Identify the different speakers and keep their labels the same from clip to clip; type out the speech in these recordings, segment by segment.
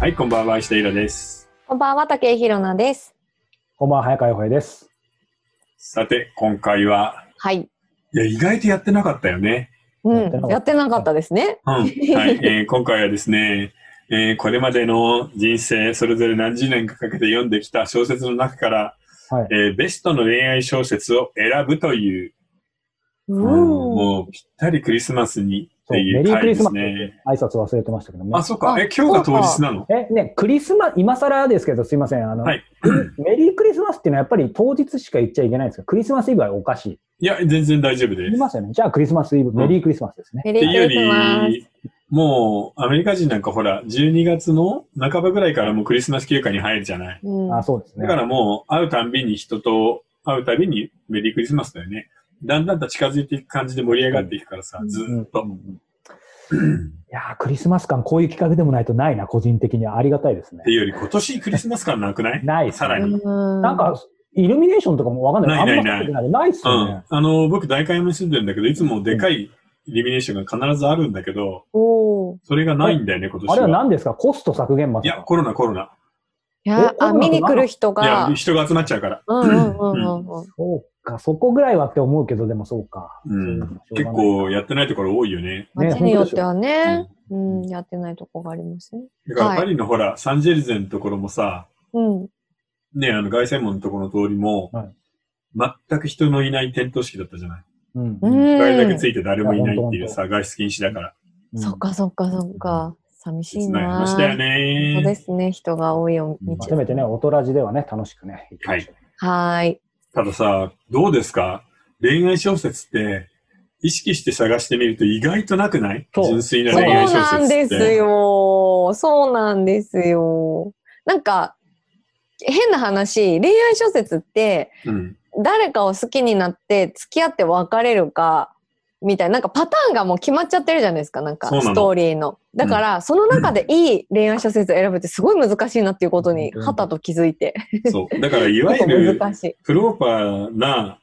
Speaker 1: はい、こんばんは、下平です。
Speaker 2: こんばんは、竹井ひろなです。
Speaker 3: こんばんは、早川洋平です。
Speaker 1: さて、今回は、
Speaker 2: はい。
Speaker 1: いや、意外とやってなかったよね。
Speaker 2: う
Speaker 3: やってなか
Speaker 2: ん。
Speaker 3: った
Speaker 2: やってなかったですね。
Speaker 1: うん。はい、えー今回はですね、えーこれまでの人生、それぞれ何十年かかけて読んできた小説の中から、
Speaker 3: はい
Speaker 1: えーベストの恋愛小説を選ぶという、
Speaker 2: うん
Speaker 1: もうぴったりクリスマスにってい
Speaker 3: メ
Speaker 1: う
Speaker 3: リーク
Speaker 1: 回で
Speaker 3: リス
Speaker 1: す
Speaker 3: マス
Speaker 1: ね。
Speaker 3: 挨拶忘れてましたけどね
Speaker 1: あ、。そっか。
Speaker 2: あ
Speaker 1: え、今日が当日なの
Speaker 3: え、ね、クリスマス、今更ですけど、すいません。あの、
Speaker 1: はい
Speaker 3: メリークリスマスっていうのはやっぱり当日しか言っちゃいけないんですかクリスマスイブはおかしい。
Speaker 1: いや、全然大丈夫です
Speaker 3: 言い。ますよね。じゃあクリスマスイブ、
Speaker 1: ん
Speaker 3: メリークリスマスですね。
Speaker 2: メ
Speaker 1: っ
Speaker 2: リ
Speaker 1: て
Speaker 2: ー
Speaker 1: いうよ
Speaker 2: クリスマス。
Speaker 1: り、もうアメリカ人なんかほら、12月の半ばぐらいからもうクリスマス休暇に入るじゃない。
Speaker 2: うん
Speaker 3: あ、そうですね
Speaker 1: だか。らもう会うたんびに人と会うたびにメリークリスマスだよね。だんだんと近づいていく感じで盛り上がっていくからさ、
Speaker 2: うん
Speaker 1: ず
Speaker 3: うんうん
Speaker 1: ーっと。
Speaker 3: いやークリスマス感、こういう企画でもないとないな、個人的には。ありがたいですね
Speaker 1: って。いうより今年クリスマス感なく ない
Speaker 3: ないですね
Speaker 1: さらに。
Speaker 2: うん
Speaker 3: なんか、イルミネーションとかもわかんな
Speaker 1: ない
Speaker 3: い。
Speaker 1: ない
Speaker 3: あんまりない。ないっす
Speaker 1: う
Speaker 3: よ
Speaker 1: ん
Speaker 3: ね。。
Speaker 1: あの、僕大会山に住んでるんだけど、いつもでかいイルミネーションが必ずあるんだけど、
Speaker 2: おー
Speaker 1: それがないんだよね、今年
Speaker 3: あれは
Speaker 1: は。
Speaker 3: 何ですかコスト削減ま
Speaker 1: い
Speaker 3: さ
Speaker 1: や、
Speaker 3: か。
Speaker 1: コロナ、コロナ。
Speaker 2: いや
Speaker 3: え、
Speaker 2: あ、見に来る人
Speaker 1: いや
Speaker 2: が、、
Speaker 1: 人が集まっちゃうから。
Speaker 2: うんうんうんうんうん。
Speaker 3: そうか、そこぐらいはって思うけど、でもそうか。
Speaker 1: うん。
Speaker 3: そう
Speaker 1: 結
Speaker 3: かしょうがない
Speaker 1: 構やってないところ多いよね。
Speaker 3: ね
Speaker 2: 街によってはね、う
Speaker 3: よ
Speaker 2: ん、やってないとこがありますね。
Speaker 1: だから
Speaker 2: はい
Speaker 1: パリのほら、サンジェルゼのところもさ、
Speaker 2: うん。
Speaker 1: ね、あの、凱旋門のところの通りも、
Speaker 3: はい
Speaker 1: 全く人のいない点灯式だったじゃない。
Speaker 3: うん
Speaker 2: う
Speaker 1: あれだけ
Speaker 2: ん
Speaker 1: つ。いて誰もいないって
Speaker 3: い
Speaker 1: いう
Speaker 3: や
Speaker 1: さ、外出禁止だから。
Speaker 2: そっかそっかそっか。寂しい
Speaker 1: 切ない
Speaker 2: な。
Speaker 1: 話
Speaker 2: そ
Speaker 1: だよ
Speaker 2: うで
Speaker 1: ね。
Speaker 2: すね。人が多いお
Speaker 1: うん
Speaker 2: 道。
Speaker 3: せめてね、おとらじではね、楽しくね、行きましょう
Speaker 2: はーい。
Speaker 1: たださ、どうですか恋愛小説って、意識して探してみると意外となくない
Speaker 3: そう
Speaker 1: 純粋な
Speaker 2: そう
Speaker 1: 恋愛小
Speaker 2: な
Speaker 1: 説
Speaker 2: んで
Speaker 1: っ
Speaker 2: す
Speaker 1: て。
Speaker 2: よ。そうなんですよ。なんか、変な話、恋愛小説って、
Speaker 1: うん。
Speaker 2: 誰かを好きになって付き合って別れるか、みたいな、なんかパターンがもう決まっちゃってるじゃないですか、なんか
Speaker 1: そうなの
Speaker 2: ストーリーの。だから、その中でいい恋愛小説を選ぶってすごい難しいなっていうことに、
Speaker 3: うん
Speaker 2: はたと気づいて。
Speaker 1: そう。だから、い
Speaker 2: ちょ
Speaker 1: わ
Speaker 2: っ
Speaker 1: ゆ
Speaker 2: と
Speaker 1: る、
Speaker 2: 難しい。
Speaker 1: プローパーな、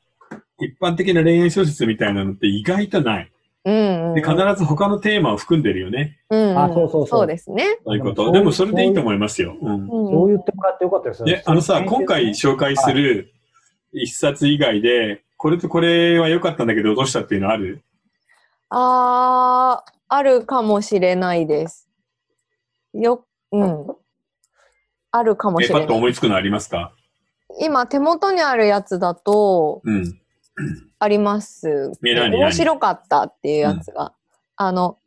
Speaker 1: 一般的な恋愛小説みたいなのって意外とない。
Speaker 2: うん、うん。
Speaker 1: で、必ず他のテーマを含んでるよね。
Speaker 2: うん、うん。
Speaker 3: あそうそうそう
Speaker 2: そうですね。
Speaker 1: そういうこ
Speaker 3: で
Speaker 1: と。
Speaker 3: も
Speaker 1: でもそれでいいと思いますよ。うん。
Speaker 2: うん
Speaker 3: そう言ってもらってよかったですよ
Speaker 1: で、あのさ、今回紹介する一冊以外で、これとこれは良かったんだけど落としたっていうのある
Speaker 2: あー、あるかもしれないです。よ、うん。あるかも
Speaker 1: え、
Speaker 2: し
Speaker 1: パ
Speaker 2: れ
Speaker 1: ッと
Speaker 2: ない。
Speaker 1: 思いつくのありますか
Speaker 2: 今、手元にあるやつだと、
Speaker 1: うん。
Speaker 2: あります。
Speaker 1: え何何
Speaker 2: 面白かったっていうやつが。あの、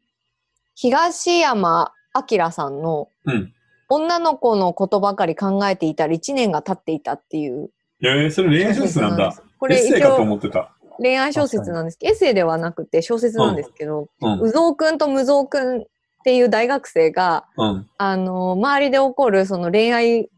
Speaker 2: 東山明さんの、
Speaker 1: うん。
Speaker 2: 女の子のことばかり考えていたら1年が経っていたっていう。
Speaker 1: えー、それ恋愛小説なんだ。。
Speaker 2: こ
Speaker 1: エッ
Speaker 2: れ
Speaker 1: セイ
Speaker 2: 一
Speaker 1: かと
Speaker 2: 応
Speaker 1: 思ってた。
Speaker 2: 恋愛小説なんですけど、エッセイではなくて小説なんですけど、
Speaker 1: うん。
Speaker 2: うぞうくんとむぞうくんっていう大学生が、
Speaker 1: うん。
Speaker 2: あの、周りで起こるその恋愛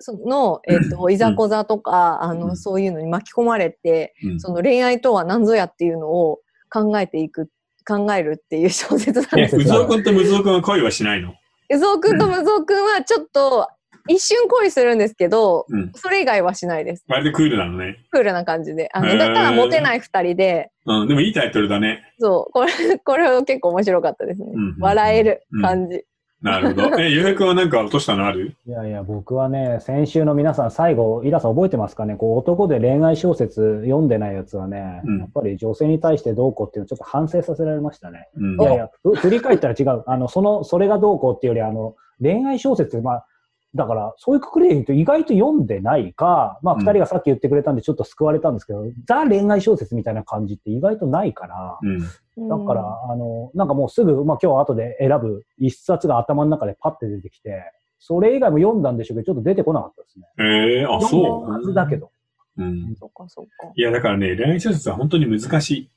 Speaker 2: その、えっ、と、いざこざとか、あ
Speaker 1: うん
Speaker 2: の、そういうのに巻き込まれて、
Speaker 1: うん
Speaker 2: その恋愛とは何ぞやっていうのを考えていく、考えるっていう小説なん
Speaker 1: え、
Speaker 2: です
Speaker 1: う
Speaker 2: け
Speaker 1: ずお
Speaker 2: ど、
Speaker 1: くんとむずおくんは恋はしないの
Speaker 2: うぞうくんとむぞうくんはちょっと一瞬恋するんですけど、
Speaker 1: うん。
Speaker 2: それ以外はしないです。
Speaker 1: 割とクールなのね。
Speaker 2: クールな感じで。あ
Speaker 1: へー
Speaker 2: の、だからモテない二人で、
Speaker 1: うん。でもいいタイトルだね。
Speaker 2: そう、これ、これ結構面白かったですね。
Speaker 1: うん
Speaker 2: 笑える感じ。
Speaker 1: なるほど。え、ゆうへいくんはなんか落としたのある
Speaker 3: いやいや、僕はね、先週の皆さん、最後、イラさん覚えてますかね、こう男で恋愛小説読んでないやつはね、
Speaker 1: うん
Speaker 3: やっぱり女性に対してどうこうっていうのちょっと反省させられましたね。
Speaker 1: うん
Speaker 3: い。やいや、ふ 振り返ったら違う、あのそのそれがどうこうっていうより、あの恋愛小説、まあ、だから、そういうくくりで言うと、意外と読んでないか、まあ、
Speaker 1: うん
Speaker 3: 2人がさっき言ってくれたんで、ちょっと救われたんですけど、ザ恋愛小説みたいな感じって意外とないから。
Speaker 1: うん。
Speaker 2: だ
Speaker 3: だから、あの、なんかもうすぐ、まあ今日は後で選ぶ一冊が頭の中でパッて出てきて、それ以外も読んだんでしょうけど、ちょっと出てこなかったですね。
Speaker 1: えー、あ、
Speaker 3: 読んだ
Speaker 1: そう。
Speaker 3: はずだけど。
Speaker 1: うん。
Speaker 2: そうか、そうか。
Speaker 1: いや、だからね、恋愛小説は本当に難しい。
Speaker 2: うん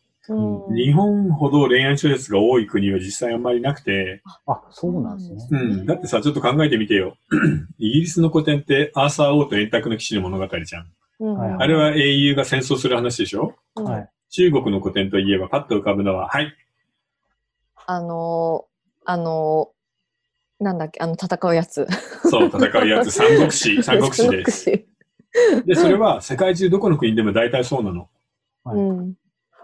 Speaker 1: 日本ほど恋愛小説が多い国は実際あんまりなくて、
Speaker 3: あ、そうなんですね。
Speaker 1: う
Speaker 2: うん
Speaker 1: ん。だってさ、ちょっと考えてみてよ。 イギリスの古典って、アーサー王と円卓の騎士の物語じゃん。
Speaker 2: うん
Speaker 3: はい
Speaker 1: あれは英雄が戦争する話でしょ
Speaker 2: うん
Speaker 3: はい。
Speaker 1: 中国の古典といえばパッと浮かぶのは、はい。
Speaker 2: あのーあのーなんだっけ、あの、戦うやつ。
Speaker 1: そう、戦うやつ、三国 志、三国志
Speaker 2: 三
Speaker 1: です。
Speaker 2: 国志
Speaker 1: で、それは世界中どこの国でも大体そうなの。
Speaker 3: はい
Speaker 2: うん。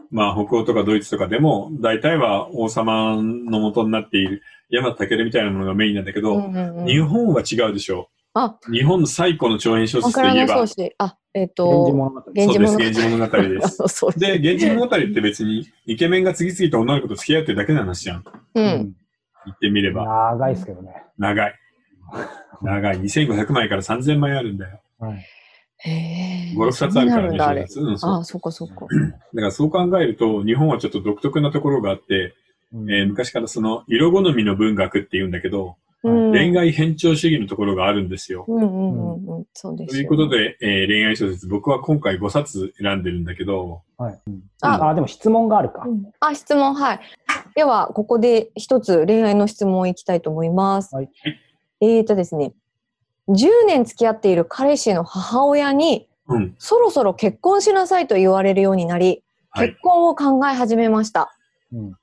Speaker 1: まあ、北欧とかドイツとかでも、大体は王様の元になっている山田健みたいなものがメインなんだけど、
Speaker 2: うんうんうん
Speaker 1: 日本は違うでしょ
Speaker 2: あ
Speaker 1: う。日本の最古の長編小説と
Speaker 2: 枕
Speaker 1: いえば、
Speaker 2: 草
Speaker 1: そ
Speaker 2: 子。あ、えっ、
Speaker 3: 源
Speaker 2: と、
Speaker 3: 氏物語。
Speaker 2: 源氏
Speaker 1: うです、
Speaker 2: 物
Speaker 1: 源
Speaker 2: 語。
Speaker 1: 氏物語です。
Speaker 2: そうそう
Speaker 1: で、源氏物語って別にイケメンが次々と女の子と付き合ってるだけの話じゃん。
Speaker 2: う。
Speaker 3: うんん
Speaker 1: 言ってみれば。
Speaker 3: 長いですけどね。
Speaker 1: 長い。長い。2500枚から3000枚あるんだよ。
Speaker 3: はい
Speaker 2: へえ。
Speaker 1: 5、6冊あるから
Speaker 2: そう
Speaker 1: ね、
Speaker 2: なんだあ
Speaker 1: 小
Speaker 2: れ。
Speaker 1: 説。うん、そう。
Speaker 2: あ、そっかそっか。
Speaker 1: だからそう考えると、日本はちょっと独特なところがあって、
Speaker 3: うん
Speaker 1: えー昔からその色好みの文学って言うんだけど、
Speaker 2: うん。
Speaker 1: 恋愛偏重主義のところがあるんですよ。
Speaker 2: うんうんうんうん。そうです。
Speaker 1: ということ。で、えー恋愛小説、僕は今回5冊選んでるんだけど、
Speaker 3: はいうん
Speaker 2: あ
Speaker 3: あ、でも質問があるか
Speaker 2: う。んあ、質問、はい。では、ここで一つ恋愛の質問いきたいと思います。
Speaker 3: はい
Speaker 2: えーとですね、10年付き合っている彼氏の母親に、
Speaker 1: うん。
Speaker 2: そろそろ結婚しなさいと言われるようになり、
Speaker 1: はい
Speaker 2: 結婚を考え始めました。
Speaker 3: うん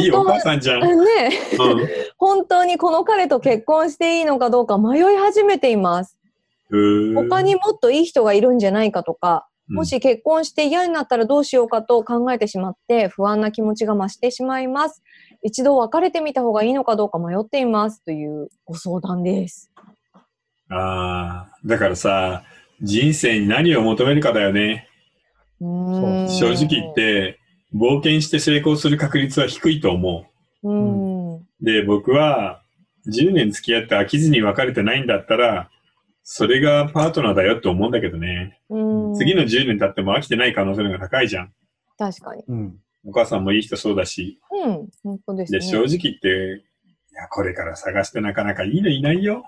Speaker 1: いいお
Speaker 2: 本
Speaker 1: 母さんじゃん。
Speaker 2: 当
Speaker 1: うん。
Speaker 2: にね、本当にこの彼と結婚していいのかどうか迷い始めています。他にもっといい人がいるんじゃないかとか、
Speaker 1: うん
Speaker 2: もし結婚して嫌になったらどうしようかと考えてしまって不安な気持ちが増してしまいます。一度別れてみた方がいいのかどうか迷っていますというご相談です。
Speaker 1: ああ、だからさ、人生に何を求めるかだよね。
Speaker 2: うーん
Speaker 1: 正直言っ。て、冒険して成功する確率は低いと思
Speaker 2: うん。
Speaker 1: う。で、僕は、10年付き合って飽きずに別れてないんだったら、それがパートナーだよって思うんだけどね。
Speaker 2: うん
Speaker 1: 次の10年経っても飽きてない可能性の方が高いじゃん。
Speaker 2: 確かに。
Speaker 3: うん
Speaker 1: お母さんもいい人そうだし。
Speaker 2: うん。本当ですね。
Speaker 1: で、正直言って、いや、これから探してなかなかいいのいないよ。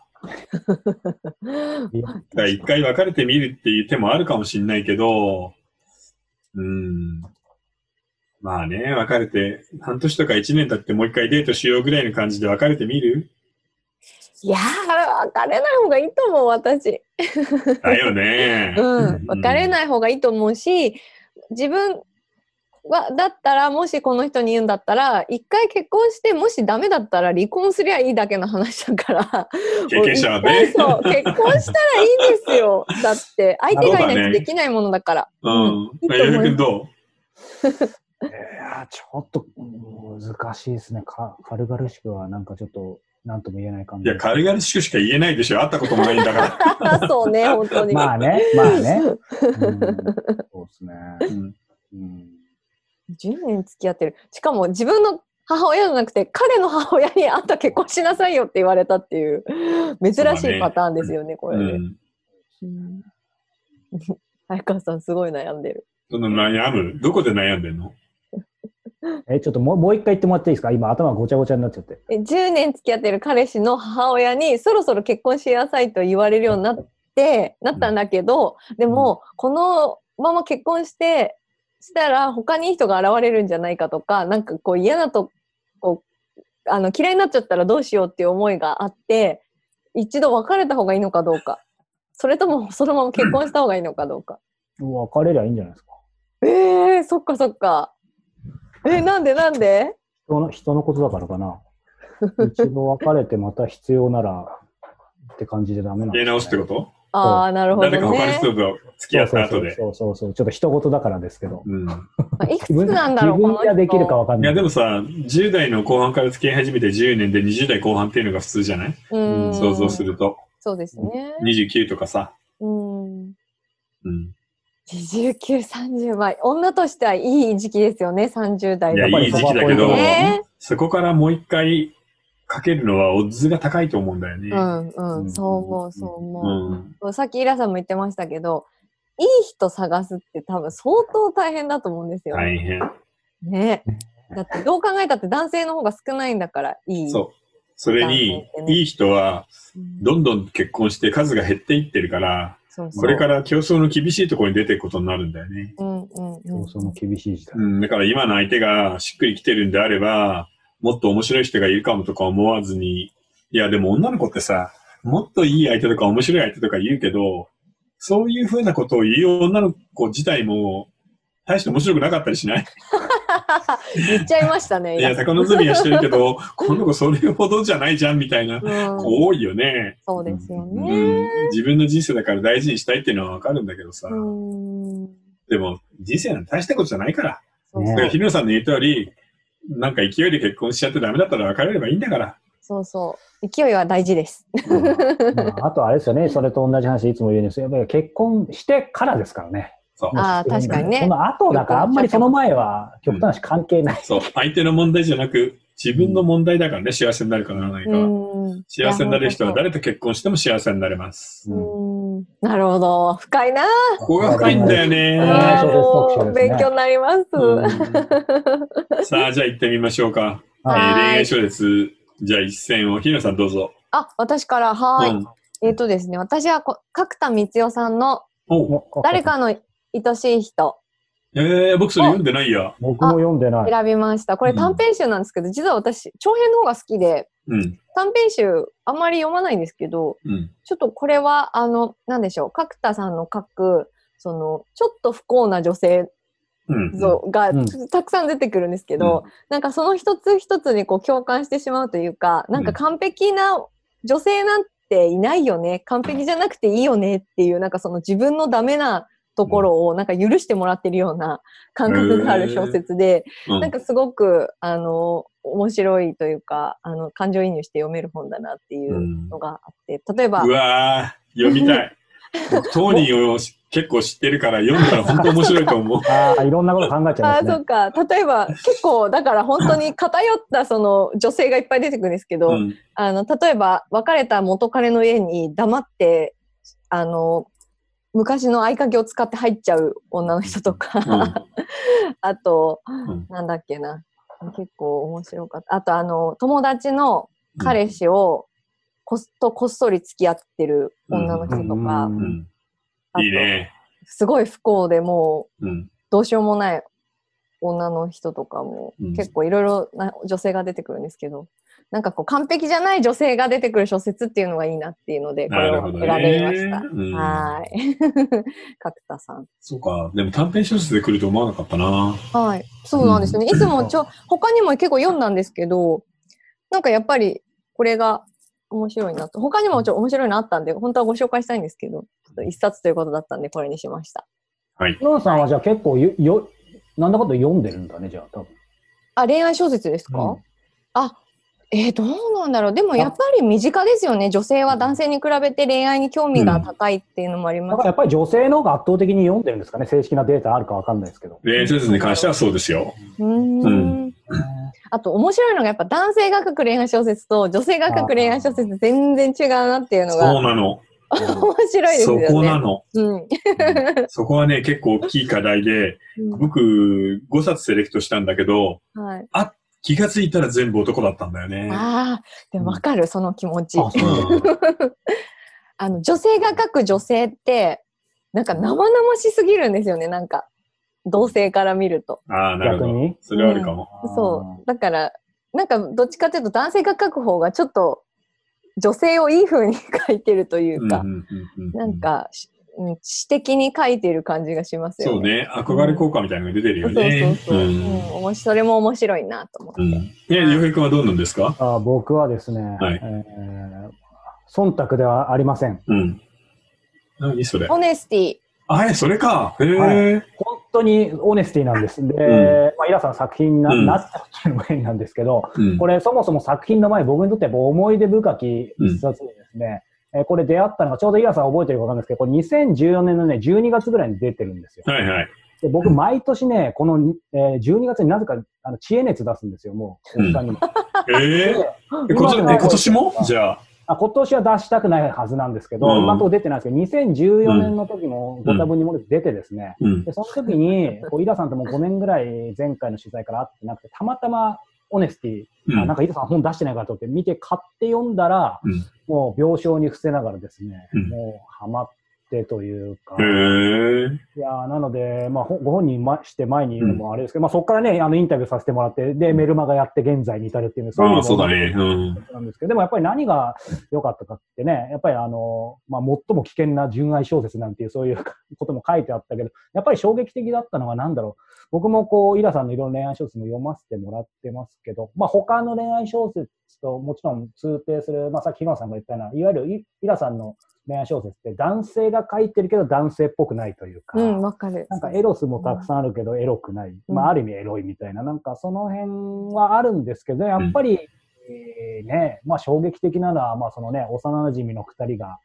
Speaker 3: いや
Speaker 1: だから一回別れてみるっていう手もあるかもしれないけど、うん。まあね、別れて、半年とか一年経ってもう一回デートしようぐらいの感じで別れてみる
Speaker 2: いやー、別れない方がいいと思う、私。
Speaker 1: だよね。
Speaker 2: うん。別れ
Speaker 1: い。
Speaker 2: ない方がいいと思うし、自分は、だったら、もしこの人に言うんだったら、一回結婚して、もしダメだったら離婚すりゃいいだけの話だから。
Speaker 1: 経験者は
Speaker 2: もう
Speaker 1: ね
Speaker 2: 一。 回そう、結婚したらいいんですよ。だって、相手がいないとできないものだから。
Speaker 1: うん。
Speaker 2: いいと思います
Speaker 1: 矢部君ど
Speaker 3: いやちょっと難しいですね。か軽々しくは、なんかちょっと、なんとも言えない感
Speaker 1: う
Speaker 3: じ。
Speaker 1: いや、軽々しくしか言えないでしょ。会ったこともないんだから。
Speaker 2: そうね、本当に。
Speaker 3: まあね、まあ ね。うんそうですね。
Speaker 1: うん
Speaker 3: うん
Speaker 2: 10年付き合ってる。しかも自分の母親じゃなくて、彼の母親にあんた結婚しなさいよって言われたっていう、珍しいパターンですよね、こ
Speaker 1: う
Speaker 2: れね。
Speaker 1: ん。
Speaker 2: うん、早川さん、すごい悩んでる。
Speaker 1: その悩むどこで悩んでんの
Speaker 3: え、ちょっともうもう一回言ってもらっていいですか今頭ごちゃごちゃになっちゃって。
Speaker 2: え10年付き合ってる彼氏の母親に、そろそろ結婚しなさいと言われるようになって、なったんだけど、でも、このまま結婚して、したら他にいい人が現れるんじゃないかとか、なんかこう嫌なとこ、あの嫌いになっちゃったらどうしようっていう思いがあって、一度別れた方がいいのかどうか。それともそのまま結婚した方がいいのかどうか。
Speaker 3: 別れりゃいいんじゃないですか。
Speaker 2: えー、そっかそっか。え、なんでなんで
Speaker 3: 人の人のことだから かな。一度別れてまた必要ならって感じでダメなん
Speaker 1: や
Speaker 3: で
Speaker 1: り
Speaker 3: す、ね。
Speaker 1: 直すってこと
Speaker 2: ああ、なるほど
Speaker 1: 誰か他の
Speaker 2: ね。
Speaker 1: 人と付き合った後で。
Speaker 3: そうそうそうそう。ちょっと人事だからですけど。
Speaker 1: うん。
Speaker 2: まあいくつなんだろう、
Speaker 3: 自
Speaker 2: こ
Speaker 3: 分
Speaker 2: の
Speaker 3: じゃ
Speaker 2: 人。
Speaker 3: できるかわかん
Speaker 1: い
Speaker 3: ない。
Speaker 1: やでもさ、10代の後半から付き合い始めて10年で20代後半っていうのが普通じゃない、
Speaker 2: うん、
Speaker 1: 想像すると。
Speaker 2: そうですね。
Speaker 1: 29とかさ。
Speaker 2: うん。
Speaker 1: うん。
Speaker 2: 29、30は、女としてはいい時期ですよね、30代
Speaker 1: いや、
Speaker 2: の。
Speaker 3: っぱ
Speaker 1: い
Speaker 3: り
Speaker 1: い時期だけど
Speaker 3: そこはポイント、
Speaker 2: ね。
Speaker 1: そこからもう一回かけるのはオッズが高いと思うんだよね。
Speaker 2: うんう、
Speaker 3: うんん
Speaker 2: そう思う、そう
Speaker 1: う
Speaker 2: 思う。
Speaker 1: ん。
Speaker 2: そうさっきイラさんも言ってましたけど、いい人探すって多分相当大変だと思うんですよ。
Speaker 1: 大変。
Speaker 2: ね。だってどう考えたって男性の方が少ないんだからいい。
Speaker 1: そう。それに
Speaker 2: 大変、ね
Speaker 1: いい人は
Speaker 2: うん
Speaker 1: どんどん結婚して数が減っていってるから、
Speaker 2: そうそう。
Speaker 1: これから競争の厳しいところに出ていくことになるんだよね。
Speaker 2: うんうんうん。
Speaker 3: そうその厳しい時代。
Speaker 1: うん、だから今の相手がしっくりきてるんであれば、もっと面白い人がいるかもとか思わずに、いやでも女の子ってさ、もっといい相手とか面白い相手とか言うけど、そういうふうなことを言う女の子自体も、大して面白くなかったりしない
Speaker 2: 言っちゃいましたね。
Speaker 1: い
Speaker 2: イラ
Speaker 1: や、
Speaker 2: さん
Speaker 1: 高望みはしてるけ ど、この子それほどじゃないじゃんみたいな子
Speaker 2: うん、
Speaker 1: 多いよね。
Speaker 2: そうですよ
Speaker 1: う
Speaker 2: ね。
Speaker 1: ん。自分の人生だから大事にしたいっていうのはわかるんだけどさ
Speaker 2: う。ん。
Speaker 1: でも、人生なんて大したことじゃないから。
Speaker 2: そう
Speaker 1: だから、
Speaker 2: そう
Speaker 1: ひるのさんの言う通り、なんか勢いで結婚しちゃってダメだったら別れればいいんだから。
Speaker 2: そうそう。勢いは大事です。
Speaker 1: うん
Speaker 3: うんあとあれですよね、それと同じ話いつも言うんですよ。やっぱり結婚してからですからね。
Speaker 1: そう
Speaker 2: あー確かにね
Speaker 3: その後だからあんまりその前は極端な話関係ない。
Speaker 1: そう。相手の問題じゃなく、自分の問題だからね、幸せになるかならないか
Speaker 2: う
Speaker 1: は。
Speaker 2: ん。
Speaker 1: 幸せになれる人はい
Speaker 2: や
Speaker 1: 誰と結婚しても幸せになれます。
Speaker 2: 本当そううん。なるほど。深いな。
Speaker 1: ここが深いんだよね。
Speaker 2: あー
Speaker 3: そうそうそ
Speaker 2: も
Speaker 3: う
Speaker 2: う
Speaker 3: ですね
Speaker 2: 勉強になります。
Speaker 1: うんさあ、じゃあ行ってみましょうか。えー
Speaker 2: は
Speaker 1: 恋
Speaker 2: い
Speaker 1: 愛小説、じゃあ一戦を、ひなさんどうぞ。
Speaker 2: あ、私から、はーい。
Speaker 1: うん
Speaker 2: えっ、とですね、私はこ角田光代さんの
Speaker 1: おう
Speaker 2: 誰かの愛しい人
Speaker 1: えー、僕それ読んでないや。
Speaker 3: 僕も読んでない。
Speaker 2: 選びました。これ
Speaker 1: うん
Speaker 2: 短編集なんですけど、実は私、長編の方が好きで、
Speaker 1: うん。
Speaker 2: 短編集あんまり読まないんですけど、
Speaker 1: うん。
Speaker 2: ちょっとこれは、あの、なんでしょう、角田さんの書く、その、ちょっと不幸な女性
Speaker 1: うん。
Speaker 2: 像が、
Speaker 3: うん
Speaker 2: たくさん出てくるんですけど、なんかその一つ一つにこう共感してしまうというか、なんか完璧な女性なんていないよね。完璧じゃなくていいよねっていう、なんかその自分のダメなところをなんか許してもらってるような感覚がある小説で、
Speaker 1: うん
Speaker 2: なんかすごく、あの、面白いというか、あの、感情移入して読める本だなっていううんのがあって、例えば
Speaker 1: う、わー、読みたい。僕トーニーをし結構知ってるから、読んだら本当面白いと 思う。
Speaker 3: ああ、いろんなこと考えちゃ
Speaker 2: あ
Speaker 3: い
Speaker 2: ー
Speaker 3: ま
Speaker 2: そ
Speaker 3: すね。
Speaker 2: うか例えば結構だから本当に偏ったその女性がいっぱい出てくるんですけど、
Speaker 1: うん。
Speaker 2: あの例えば別れた元彼の家に黙ってあの昔の合鍵を使って入っちゃう女の人とか、あと、
Speaker 1: ん
Speaker 2: なんだっけな結構面白かったあとあの友達の彼氏をこっとこっそり付き合ってる女の人とか、
Speaker 3: うん
Speaker 1: うん。
Speaker 2: あと
Speaker 1: いいね。
Speaker 2: すごい不幸でもう
Speaker 1: うん。
Speaker 2: どうしようもない女の人とかも、
Speaker 1: うん
Speaker 2: 結構いろいろな女性が出てくるんですけど、なんかこう完璧じゃない女性が出てくる小説っていうのがいいなっていうので、こ
Speaker 1: な
Speaker 2: れ
Speaker 1: る
Speaker 2: を
Speaker 1: ほど
Speaker 2: 選
Speaker 1: ね。
Speaker 2: びました。
Speaker 1: うん
Speaker 2: はーい。 角田さん。
Speaker 1: そうか。でも短編小説で来ると思わなかったな。
Speaker 2: はい。そうなんですよね。いつもちょ、他にも結構読んだんですけど、なんかやっぱりこれが面白いなと。他にもちょっと面白いのあったんで、本当はご紹介したいんですけど、ちょっと一冊ということだったんで、これにしました。
Speaker 1: はい。
Speaker 3: ロンさんはじゃあ結構よ、よ、なんだかんだ読んでるんだね、じゃあ、多分。
Speaker 2: あ、恋愛小説ですか、あえー、どうなんだろうでもやっぱり身近ですよね女性は男性に比べて恋愛に興味が高いっていうのもあり
Speaker 3: だ
Speaker 2: ま
Speaker 3: から
Speaker 2: す、
Speaker 3: やっぱり女性の方が圧倒的に読んでるんですかね、正式なデータあるかわかんないですけど。
Speaker 1: 恋愛小説に関してはそうですよ。
Speaker 2: うーん
Speaker 1: うん
Speaker 2: あと面白いのがやっぱ男性が書く恋愛小説と女性が書く恋愛小説全然違うなっていうの
Speaker 1: そ
Speaker 2: が
Speaker 1: うなの。
Speaker 2: 面白いです
Speaker 1: そ
Speaker 2: よね。
Speaker 1: こなの。
Speaker 2: うん
Speaker 1: そこはね、結構大きい課題で、僕、5冊セレクトしたんだけど、
Speaker 2: はい、
Speaker 1: 気がついたら全部男だったんだよね。
Speaker 2: ああでも分かるその気持ち
Speaker 3: あ
Speaker 2: あ
Speaker 3: そう
Speaker 2: の女性が書く女性ってなんか生々しすぎるんですよねなんか同性から見ると。
Speaker 1: うん、ああ、なるほ
Speaker 3: 逆
Speaker 1: ど。
Speaker 3: に
Speaker 1: それはあるかも。
Speaker 2: そう。だから、なんかどっちかというと男性が書く方がちょっと女性をいい風に書いてるというか、なん、かし、うん、詩的に書いてる感じがします
Speaker 1: そ
Speaker 2: よ
Speaker 1: う
Speaker 2: ね。
Speaker 1: ね、憧れ効果みたいなのが出てるよ
Speaker 2: そう
Speaker 1: ね。
Speaker 2: そうそう。うんおもしそれも面白いなと思って。
Speaker 1: うん。うん。え、洋平君はどうなんですか
Speaker 3: あー僕はですね、
Speaker 1: い
Speaker 3: えー忖度ではありません。
Speaker 1: うん。何それ
Speaker 2: オネスティ。
Speaker 1: あえ、それかへ
Speaker 3: は
Speaker 1: え。
Speaker 3: 本当にオネスティなんです。で、
Speaker 1: う
Speaker 3: まあ、イラさん作品な、
Speaker 1: うん
Speaker 3: なっちゃっていうのも変なんですけど、
Speaker 1: うん
Speaker 3: これそもそも作品の前、僕にとってやっぱ思い出深き一冊でですね、えーこれ出会ったのが、ちょうどイラさん覚えてることなんですけど、これ2014年のね、12月ぐらいに出てるんですよ。
Speaker 1: はい はい。
Speaker 3: で僕、毎年ね、この、えー12月になぜか、あの、知恵熱出すんですよ、もう、おっさんにも。
Speaker 1: えー、え
Speaker 3: で
Speaker 1: 今年え
Speaker 3: 今
Speaker 1: 今年もじゃあ。
Speaker 3: あ今年は出したくないはずなんですけど、
Speaker 1: うん
Speaker 3: 今のところ出てないんですけど、2014年の時もご多分に漏れて出てですね、
Speaker 1: うん。
Speaker 3: でその時に、こう、イラさんともう5年ぐらい前回の取材から会ってなくて、たまたま、オネスティ、
Speaker 1: うん
Speaker 3: あなんかイラさん本出してないからと思って見て買って読んだら、
Speaker 1: うん
Speaker 3: もう病床に伏せながらですね、
Speaker 1: うん
Speaker 3: もうハマってというか、
Speaker 1: へえ。
Speaker 3: いやーなので、まあ、ほご本人まして前に言うのもあれですけど、まあ、そこからね、あのインタビューさせてもらって、で、メルマガやって現在に至るっていうそい
Speaker 1: あ
Speaker 3: の
Speaker 1: あ、そうだね。うん。
Speaker 3: なんですけど、でもやっぱり何が良かったかってね、やっぱりあの、まあ、最も危険な純愛小説なんていう、そういうことも書いてあったけど、やっぱり衝撃的だったのは何だろう。僕もこう、イラさんのいろんな恋愛小説も読ませてもらってますけど、まあ、他の恋愛小説ともちろん通底する、まあ、さっき日野さんが言ったような、いわゆるイイラさんの恋愛小説って男性が書いてるけど男性っぽくないというか、
Speaker 2: うん、わかる。
Speaker 3: なんかエロスもたくさんあるけどエロくない、
Speaker 2: うん
Speaker 3: まあある意味エロいみたいな、なんかその辺はあるんですけど、やっぱり、えーね、まあ衝撃的なのは、まあそのね、幼馴染の二人が、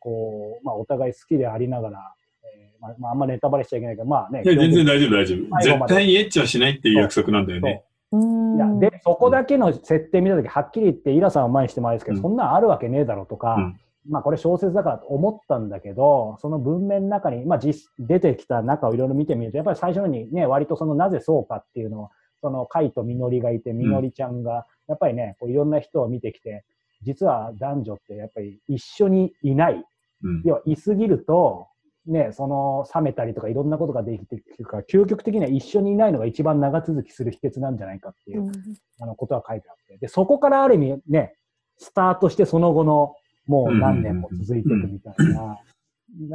Speaker 3: こう、まあお互い好きでありながら、えーまあ、まああんまネタバレしちゃいけないけど、まあね、
Speaker 1: いや、全然大丈夫、大丈夫。
Speaker 3: 最後ま
Speaker 1: 絶
Speaker 3: で
Speaker 1: 対にエッチはしないっていう約束なんだよ
Speaker 3: そう
Speaker 1: ね。
Speaker 2: うん。
Speaker 3: いやでそこだけの設定見たとき、はっきり言って、イラさんを前にしてもあれですけど、
Speaker 1: うん
Speaker 3: そんなんあるわけねえだろとか、
Speaker 1: うん
Speaker 3: まあこれ小説だからと思ったんだけど、その文面の中に、まあ実、出てきた中をいろいろ見てみると、やっぱり最初のにね、割とそのなぜそうかっていうのを、そのカイとみのりがいて、みのりちゃんが、やっぱりね、こういろんな人を見てきて、実は男女ってやっぱり一緒にいない。
Speaker 1: うん。
Speaker 3: 要は、いすぎると、ね、その、冷めたりとかいろんなことができてくるから、究極的には一緒にいないのが一番長続きする秘訣なんじゃないかっていうう、
Speaker 2: ん
Speaker 3: あのことは書いてあって、で、そこからある意味ね、スタートしてその後のもう何年も続いていくみたいな。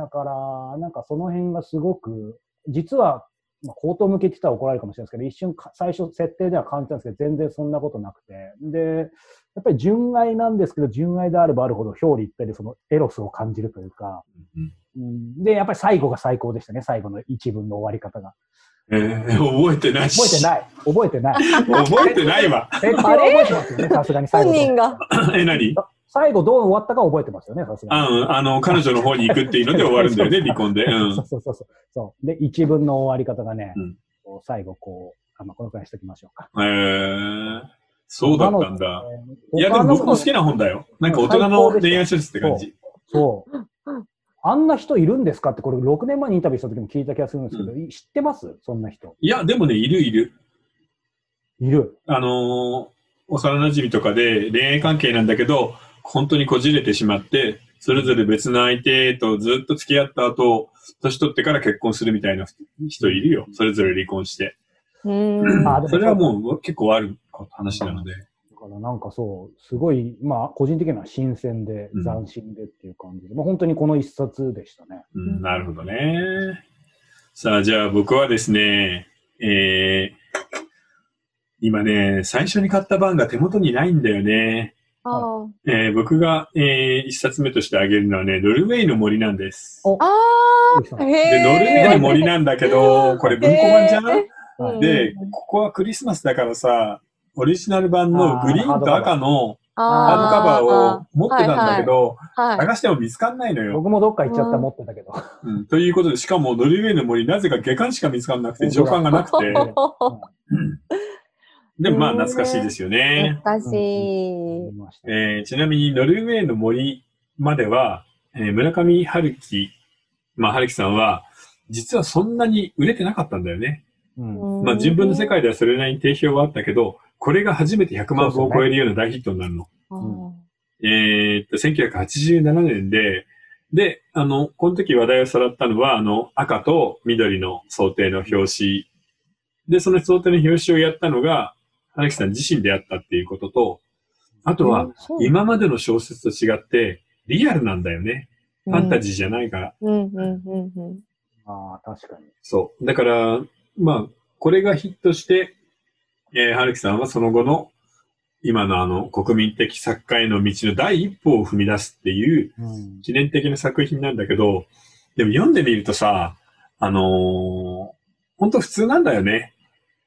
Speaker 3: だから、なんかその辺がすごく、実は、まあ、口頭向けって言ったら怒られるかもしれないですけど、一瞬か、最初設定では感じたんですけど、全然そんなことなくて。で、やっぱり純愛なんですけど、純愛であればあるほど表裏一体でそのエロスを感じるというか、
Speaker 1: うん
Speaker 3: うん、で、やっぱり最後が最高でしたね、最後の一文の終わり方が。
Speaker 1: えー覚えてないし。
Speaker 3: 覚えてない覚えてな い
Speaker 1: い。覚えてないわ。
Speaker 3: 設定は覚えてますよね、さすがに最後
Speaker 2: 本
Speaker 3: の。
Speaker 2: 人が。
Speaker 1: え、何
Speaker 3: 最後どう終わったか覚えてますよね、さすが
Speaker 1: あ
Speaker 3: に。
Speaker 1: うん、あの、彼女の方に行くっていうので終わるんだよね、離婚で。うん
Speaker 3: そう。そうそうそうそう。で、一文の終わり方がね、
Speaker 1: うん
Speaker 3: こう最後こう、あまあ、このくらいにしときましょうか。
Speaker 1: えー、そうだったんだ。
Speaker 3: えー。
Speaker 1: いや、でも僕も好
Speaker 3: な。
Speaker 1: きな本だよ。なんか大人の恋愛小説って感じ。
Speaker 3: そう。あんな人いるんですかって、これ6年前にインタビューした時も聞いた気がするんですけど、い知ってますそんな人。
Speaker 1: いや、でもね、いるいる。
Speaker 3: いる。
Speaker 1: あのー幼馴染とかで恋愛関係なんだけど、本当にこじれてしまって、それぞれ別の相手とずっと付き合った後、年取ってから結婚するみたいな人いるよ。それぞれ離婚して。
Speaker 2: うん。
Speaker 3: あでも
Speaker 1: それはもう結構ある話なので。
Speaker 3: だからなんかそう、すごい、まあ、個人的には新鮮で
Speaker 1: う、ん
Speaker 3: 斬新でっていう感じで、まあ、本当にこの一冊でしたね。
Speaker 1: うん、なるほどね。さあ、じゃあ僕はですね、えー、今ね、最初に買った版が手元にないんだよね。
Speaker 2: あ
Speaker 1: えー僕が、えー一冊目としてあげるのはね、ノルウェーの森なんです。
Speaker 3: お
Speaker 2: あ。ああ。へ
Speaker 1: で、ノルウェーの
Speaker 2: え。
Speaker 1: 森なんだけ ど、これ文庫版じゃん、
Speaker 2: え
Speaker 3: はい
Speaker 1: で、ここはクリスマスだからさ、オリジナル版のグリーンと赤のハ
Speaker 3: ハ
Speaker 1: ードカバーを持ってたんだけど、
Speaker 2: あはいはい。
Speaker 1: 探しても見つかんないのよ。
Speaker 3: 僕もどっか行っちゃった
Speaker 2: うん
Speaker 3: 持ってたけど。
Speaker 1: うんということで、しかもノルウェーの森、なぜか下巻しか見つからなくて、上巻がなくて、 でもまあ懐かしいですよね。
Speaker 2: 難
Speaker 3: うん
Speaker 2: し い。
Speaker 3: 見ました
Speaker 1: えーちなみにノルウェーの森までは、えー村上春樹、まあ春樹さんは、実はそんなに売れてなかったんだよね。
Speaker 3: うん
Speaker 1: まあ、人文の世
Speaker 2: 界。
Speaker 1: 界ではそれなりに定評はあったけど、これが初めて100万部を超えるような大ヒットになるの。
Speaker 2: あ
Speaker 1: えーっと、1987年で、で、あの、この時話題をさらったのは、あの、赤と緑の想定の表紙。で、その想定の表紙をやったのが、荒木さん自身であったっていうことと、あとは、、今までの小説と違って、リアルなんだよね。ファンタジーじゃないから。
Speaker 2: うんうんうんうん。
Speaker 3: ああ、確かに。
Speaker 1: そう。だから、まあ、これがヒットして、えー、春樹さんはその後の、今のあの、国民的作家への道の第一歩を踏み出すっていう、
Speaker 3: うん。
Speaker 1: 記念的な作品なんだけど、でも読んでみるとさ、あの本当普通なんだよね。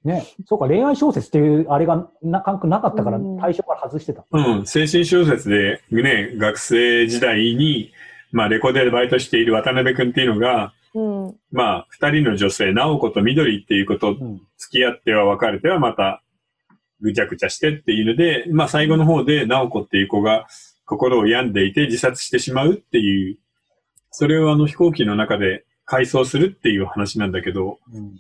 Speaker 3: ね、そうか、恋愛小説っていうあれがな感覚なかったから
Speaker 2: うん、
Speaker 3: 対象から外してた。
Speaker 1: うん、精神小説で、ね、学生時代に、まあ、レコードでバイトしている渡辺くんっていうのが、
Speaker 2: うん。
Speaker 1: まあ、二人の女性、直子と緑っていうこと
Speaker 3: うん。
Speaker 1: 付き合っては別れてはまたぐちゃぐちゃしてっていうので、まあ最後の方で直子っていう子が心を病んでいて自殺してしまうっていう、それをあの飛行機の中で回想するっていう話なんだけど、
Speaker 3: うん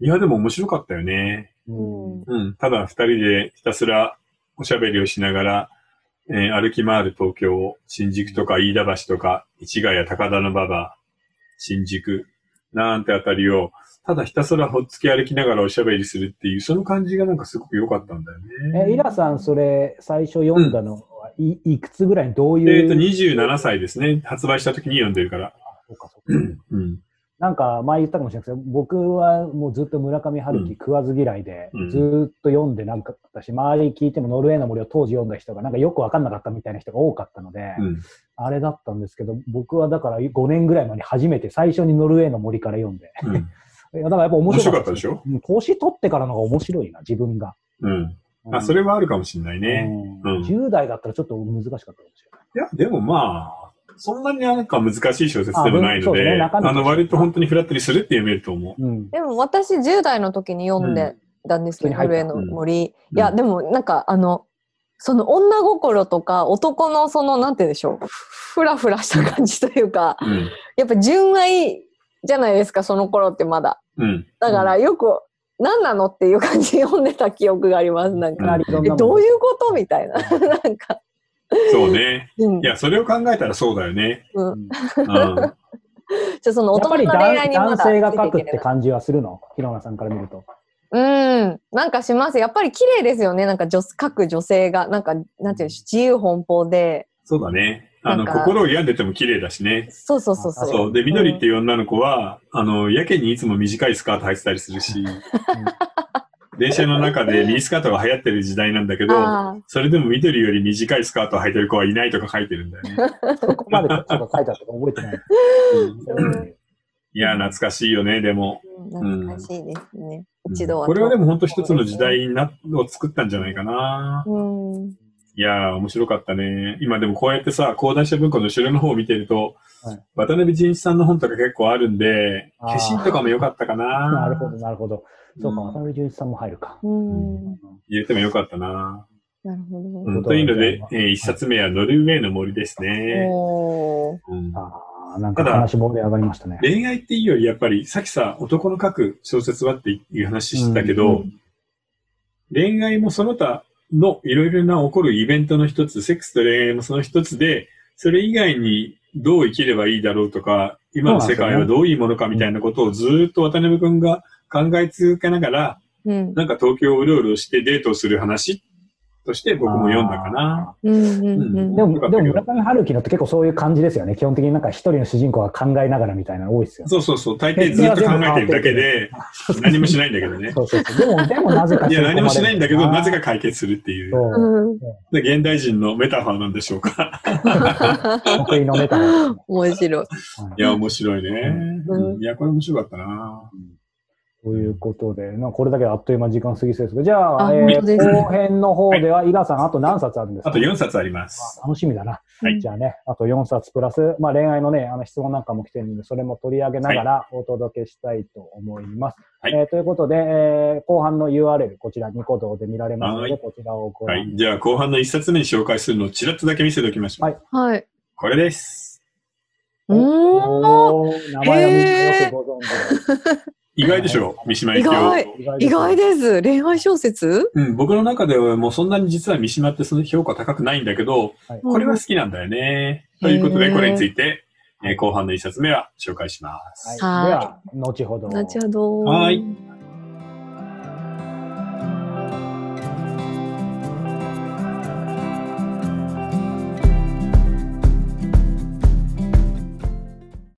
Speaker 1: いやでも面白かったよね。
Speaker 3: うん
Speaker 2: うん
Speaker 1: うん。ただ二人でひたすらおしゃべりをしながら、えー歩き回る東京、新宿とか飯田橋とか、市ヶ谷高田馬場、新宿、なんてあたりを、ただひたすらほっつき歩きながらおしゃべりするっていう、その感じがなんかすごく良かったんだよね。
Speaker 3: え、イラさん、それ、最初読んだのは、いいくつぐらいにどういう。
Speaker 1: えっ、と、27歳ですね。発売した時に読んでるから。
Speaker 3: そうかそうか
Speaker 1: うん。
Speaker 3: なんか、前言ったかもしれないですけど、僕はもうずっと村上春樹
Speaker 1: うん
Speaker 3: 食わず嫌いで
Speaker 1: うん、
Speaker 3: ずーっと読んでなんかったし、周り聞いてもノルウェーの森を当時読んだ人が、なんかよくわかんなかったみたいな人が多かったので、
Speaker 1: うん。
Speaker 3: ああれだったんですけど、僕はだから5年ぐらい前に初めて最初にノルウェーの森から読んで。
Speaker 1: うん。
Speaker 3: いやだからやっぱ面白
Speaker 1: 面白かった
Speaker 3: でしょ年取ってからの方が面白いな、自分が。
Speaker 1: うん。
Speaker 3: うん
Speaker 1: あ、それはあるかもしれないね。
Speaker 3: うん
Speaker 1: うん
Speaker 3: 10代だったらちょっと難しかったかもしれない。
Speaker 1: いや、でもまあ、そんなになんか難しい小説でもない
Speaker 3: あそ
Speaker 1: の
Speaker 3: うですね
Speaker 1: で、
Speaker 3: 中身
Speaker 1: あの、割と本当にフラットにするって読めると思う。
Speaker 3: うん。
Speaker 2: でも私10代の時に読んでたんですけど、
Speaker 3: うん
Speaker 2: ノルウェーの森。い
Speaker 1: ん
Speaker 2: や、
Speaker 1: うん
Speaker 2: でもなんかあの、その女心とか男のその、なんて言うんでしょう、ふらふらした感じというか、
Speaker 1: うん。
Speaker 2: やっぱ純愛じゃないですか、その頃ってまだ。
Speaker 1: うん。
Speaker 2: だからよく、何なのっていう感じで読んでた記憶があります、なん
Speaker 3: か
Speaker 2: か。
Speaker 3: なりいろん
Speaker 2: え
Speaker 3: なもの
Speaker 2: どういうことみたいな。 なんか。
Speaker 1: そうね。
Speaker 2: うん
Speaker 1: い、や、それを考えたらそうだよね。
Speaker 2: うん
Speaker 3: うん
Speaker 1: うん。
Speaker 2: じゃあその大
Speaker 3: やっぱ
Speaker 2: 人
Speaker 3: り
Speaker 2: の恋愛にま
Speaker 3: 男
Speaker 2: だ
Speaker 3: 性が書くっ
Speaker 2: ついて
Speaker 3: て
Speaker 2: いけない
Speaker 3: 感じはするのひろなさんから見ると。
Speaker 2: うん、なんかします。やっぱり綺麗ですよね。なんか女各女性が、なんか、なんていうの自由奔放で。
Speaker 1: そうだね。あの、
Speaker 2: なんか
Speaker 1: 心を病んでても綺麗だしね。
Speaker 2: そうそうそうそう。
Speaker 3: あ
Speaker 1: そう。で、緑っていう女の子は、あの、やけにいつも短いスカート履いてたりする し、電車の中でミニスカートが流行ってる時代なんだけど、
Speaker 2: あ
Speaker 1: それでも緑より短いスカートを履いてる子はいないとか書いてるんだよね。
Speaker 3: そこまでちょっと書いてあったか覚えてない。
Speaker 2: うん
Speaker 1: いや、懐かしいよね、でも。
Speaker 2: あ、懐かしいですね。一度は。
Speaker 1: これはでも本当一つの時代なを作ったんじゃないかな。
Speaker 2: うん。
Speaker 1: いやー、面白かったね。今でもこうやってさ、講談社文庫の後ろの方を見てると、
Speaker 3: はい
Speaker 1: 渡辺仁一さんの本とか結構あるんで、
Speaker 3: あー
Speaker 1: 化身とかも良かったかな。
Speaker 3: なるほど、なるほど。そうか、
Speaker 1: うん
Speaker 3: 渡辺純一さんも入るか。
Speaker 2: うん。
Speaker 1: 入れても良かったな。
Speaker 2: なるほ
Speaker 1: うん、
Speaker 3: 本当
Speaker 1: と
Speaker 3: だ
Speaker 1: いう
Speaker 3: ね
Speaker 1: ので、えー一冊目はノルウェーの森です
Speaker 2: ど。
Speaker 1: ね。
Speaker 2: おー。
Speaker 1: うん
Speaker 3: ああ、なんか話盛り上がりましたね。
Speaker 1: 恋愛っていうより、やっぱり、さっきさ、男の書く小説はっていう話してたけど、
Speaker 2: うん
Speaker 1: 恋愛もその他のいろいろな起こるイベントの一つ、セックスと恋愛もその一つで、それ以外にどう生きればいいだろうとか、今の世界はどういうものかみたいなことをずーっと渡辺くんが考え続けながら、
Speaker 2: うん。
Speaker 1: なんか東京をうろうろしてデートをする話として僕も読んだかな。
Speaker 2: うん。うん。うん。
Speaker 3: で
Speaker 1: よか
Speaker 3: も、
Speaker 1: っ
Speaker 3: で
Speaker 1: たけ
Speaker 3: も
Speaker 1: ど
Speaker 3: 村上春樹のって結構そういう感じですよね。基本的になんか一人の主人公が考えながらみたいなの多いですよね。
Speaker 1: そうそうそう、大抵ずっと考えてるだけで、何もしないんだけど ね。
Speaker 3: そうそうそう。でも、でもなぜか
Speaker 1: い
Speaker 3: 吸込まれる
Speaker 1: や、何もしないんだけど、なぜか解決するっていう。
Speaker 3: そう。
Speaker 2: うん
Speaker 1: で現代人のメタファーなんでしょうか。
Speaker 3: 得意のメタファーで
Speaker 2: 面白い。
Speaker 3: すねはい
Speaker 1: いや、面白いね。
Speaker 2: うん
Speaker 1: うんいや、これ面白かったな。
Speaker 3: ということで、なんかこれだけであっという間に時間過ぎそうですが、じゃあ、
Speaker 2: あ
Speaker 3: え
Speaker 2: 本当です
Speaker 3: ー
Speaker 2: ね
Speaker 3: 後編の方では、伊賀さん、あと何冊あるんですか
Speaker 1: あと4冊あります。
Speaker 3: あ楽しみだな。
Speaker 1: はい
Speaker 3: じゃあね、あと4冊プラス、まあ、恋愛のね、あの質問なんかも来てるので、それも取り上げながらお届けしたいと思います。
Speaker 1: はい
Speaker 3: えーということで、えー後半の URL、こちらニコ動で見られますの
Speaker 1: は
Speaker 3: で、
Speaker 1: い
Speaker 3: こちらをご
Speaker 1: は
Speaker 3: 覧
Speaker 1: い。じゃあ、後半の1冊目に紹介するのをちらっとだけ見せておきましょう。
Speaker 3: はい
Speaker 2: はい。
Speaker 1: これです。
Speaker 2: うーん。
Speaker 3: おー名前はみんなよくご存
Speaker 1: 意外でしょ三島由紀夫。
Speaker 2: 意外
Speaker 3: 知で。
Speaker 2: 意外です。恋愛小説
Speaker 1: うん、僕の中ではもうそんなに実は三島ってその評価高くないんだけど、これは好きなんだよね。
Speaker 2: うん
Speaker 1: ということ
Speaker 2: へ
Speaker 1: で、
Speaker 2: ー
Speaker 1: これについて、えー後半の1冊目は紹介します。
Speaker 3: はい、では、後ほど。
Speaker 2: 後ほど。
Speaker 1: はい。